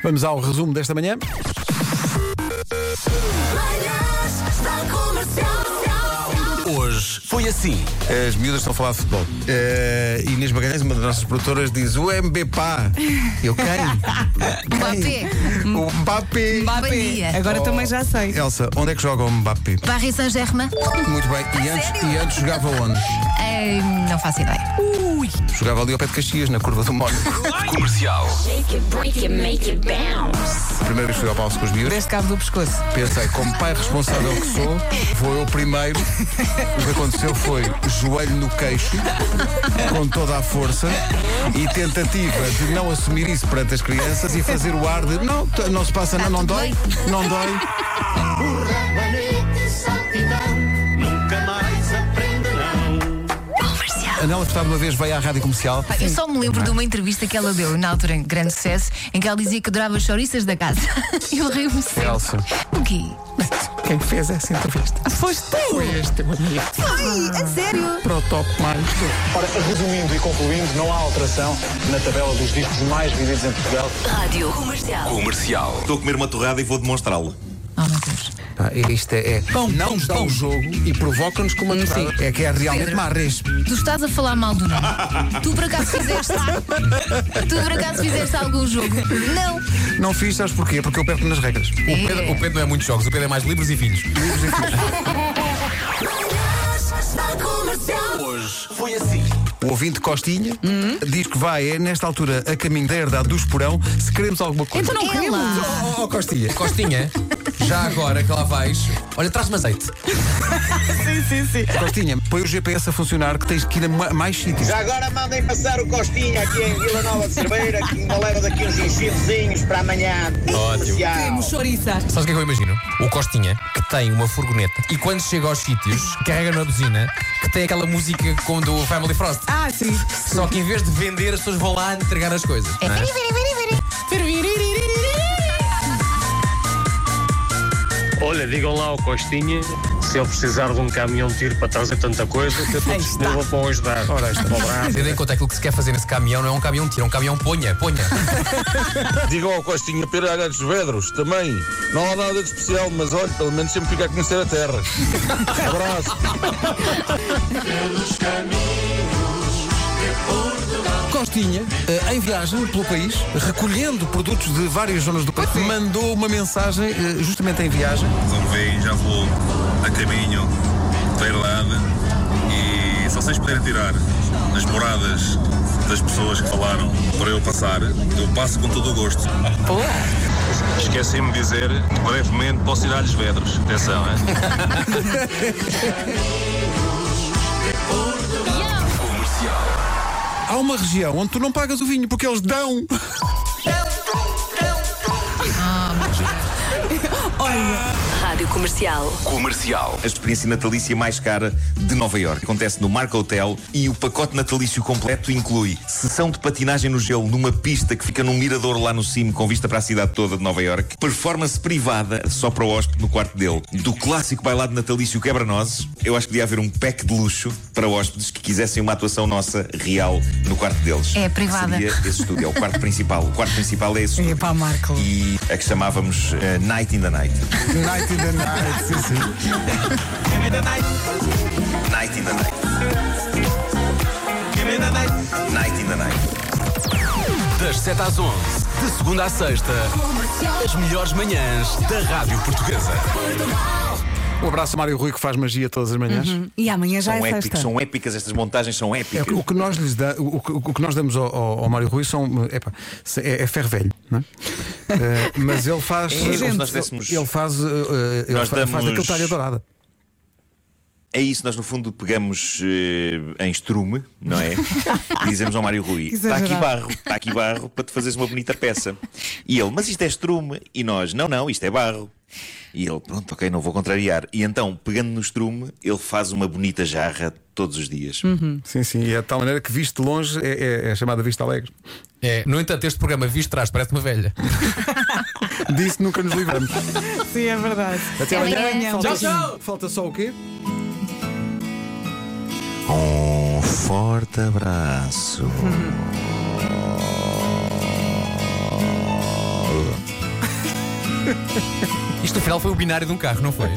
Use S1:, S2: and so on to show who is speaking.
S1: Vamos ao resumo desta manhã.
S2: Hoje foi assim.
S3: As miúdas estão a falar de futebol. Eh, Inês Magalhães, uma das nossas produtoras, diz o Mbepá. Eu quem?
S4: Mbappé.
S3: Quem? O Mbappé.
S4: Bahia.
S5: Agora também já sei.
S3: Elsa, onde é que joga o Mbappé?
S4: Paris Saint-Germain?
S3: Muito bem. E antes, e antes jogava onde?
S4: Ei, não faço ideia.
S3: Jogava ali ao pé de Caxias, na curva do Mónico.
S2: Comercial.
S6: Shake it, break it, make it bounce.
S3: Primeira vez que fui ao palco com os miúdos,
S5: Deste cabo do pescoço.
S3: pensei, como pai responsável que sou, vou eu primeiro. O que aconteceu foi joelho no queixo, com toda a força, e tentativa de não assumir isso perante as crianças e fazer o ar de não, t- não se passa, não, não
S4: Tá
S3: dói,
S4: tudo
S3: não dói. A Nela Furtado uma vez veio à rádio comercial.
S4: Ah, Eu só me lembro de uma entrevista que ela deu, na altura em grande sucesso, em que ela dizia que adorava as chouriças da casa. Eu rio-me sempre.
S3: Elsa.
S4: O quê?
S3: Quem fez essa entrevista?
S5: Foste tu!
S4: Ai, a sério?
S3: Protopo mais.
S7: Ora, resumindo e concluindo, não há alteração na tabela dos discos mais vendidos em Portugal.
S2: Comercial.
S8: Estou a comer uma torrada e vou demonstrá-lo.
S4: Oh, meu Deus.
S3: Pá, isto é. é não nos dá o jogo e provoca-nos com uma notícia. É que é realmente
S4: Pedro.
S3: má res.
S4: Tu estás a falar mal do nome. Tu por acaso fizeste. tu por acaso fizeste algum jogo? Não.
S3: Não fiz, sabes porquê? Porque eu perco nas regras.
S4: É.
S2: O Pedro não é muitos jogos, o Pedro é mais livros e filhos. Hoje foi assim.
S3: O ouvinte Costinha diz que vai, é nesta altura, a caminho da herdade do esporão, se queremos alguma coisa.
S5: Então não
S4: Ela.
S5: queremos.
S3: Oh, oh, Costinha.
S2: Costinha, já agora que lá vais, olha, traz-me azeite.
S5: Sim, sim, sim.
S3: Costinha, põe o GPS a funcionar que tens que ir a ma- mais sítios.
S9: Já agora mandem passar o Costinha aqui em Vila Nova de Cerveira, que ainda leva daqui uns enchidozinhos para amanhã.
S2: Ótimo.
S5: Temos chouriças.
S2: Sabes o que é que eu imagino? O Costinha, que tem uma furgoneta e quando chega aos sítios, carrega na buzina, que tem aquela música com do Family Frost.
S5: Ah, sim.
S2: Só que em vez de vender, as pessoas vão lá entregar as coisas.
S4: É.
S2: não é?
S4: Viri, viri, viri, viri.
S10: Olha, digam lá ao Costinha se ele precisar de um caminhão de tiro para trazer tanta coisa que eu estou
S5: Aí está.
S10: disponível para o ajudar.
S3: Ora, aí está.
S10: Um abraço.
S2: Tendo em conta aquilo que se quer fazer nesse caminhão, não é um caminhão tira, é um caminhão ponha, ponha.
S11: Digam ao Costinha Pereira dos Vedros também. Não há nada de especial, mas olha, pelo menos sempre fica a conhecer a terra. Abraço.
S3: Costinha, eh, em viagem pelo país, recolhendo produtos de várias zonas do país, mandou uma mensagem eh, justamente em viagem.
S8: Como veem, já vou a caminho da Irlanda e se vocês puderem tirar as moradas das pessoas que falaram para eu passar, eu passo com todo o gosto. Esqueci-me de dizer que brevemente posso ir às Vedros. Atenção, é?
S3: Há uma região onde tu não pagas o vinho porque eles dão.
S6: Rádio Comercial.
S2: Comercial.
S8: A experiência natalícia mais cara de Nova Iorque. Acontece no Marco Hotel e o pacote natalício completo inclui sessão de patinagem no gelo numa pista que fica num mirador lá no cimo com vista para a cidade toda de Nova Iorque. Performance privada só para o hóspede no quarto dele. Do clássico bailado natalício quebra-nozes, eu acho que devia haver um pack de luxo para hóspedes que quisessem uma atuação nossa real no quarto deles.
S4: É, privada.
S8: Seria esse estúdio, é o quarto principal. O quarto principal é esse estúdio.
S5: Epá, Marco.
S8: E a que chamávamos eh, Night in the Night.
S3: Night in the night, sim, sim.
S8: Night in the night. Night in the night.
S2: Das 7 às 11, de segunda à sexta, as melhores manhãs da Rádio Portuguesa.
S3: Um abraço a Mário Rui que faz magia todas as manhãs.
S5: E amanhã já
S8: São
S5: é
S8: épicos,
S5: sexta.
S8: são épicas, estas montagens são
S3: É,
S8: épicas.
S3: o que nós lhes dá, o, que- o que nós damos ao, ao- ao Mário Rui são epá, se- é, é ferro velho, não é? Eh, mas ele faz,
S8: É, como se nós dessemos-
S3: ele faz, eh, eh, ele
S8: Nós
S3: fa- faz
S8: damos-
S3: daquele talha dourada.
S8: É isso, nós no fundo pegamos eh, em estrume, não é? E dizemos ao Mário Rui: está aqui
S5: exagerado."
S8: barro, está aqui barro para te fazeres uma bonita peça. E ele: mas isto é estrume? E nós: não, não, isto é barro. E ele: pronto, ok, não vou contrariar. E então, pegando no estrume, ele faz uma bonita jarra todos os dias.
S3: Sim, sim, e é de tal maneira que visto de longe é, é- é chamada vista alegre.
S2: É, no entanto, este programa visto atrás parece uma velha.
S3: Disso nunca nos livramos.
S5: Sim, é verdade.
S3: Até
S4: amanhã.
S3: Falta,
S2: Tchau, tchau.
S3: falta só o quê?
S8: Um forte abraço.
S2: Isto no final foi o binário de um carro, não foi?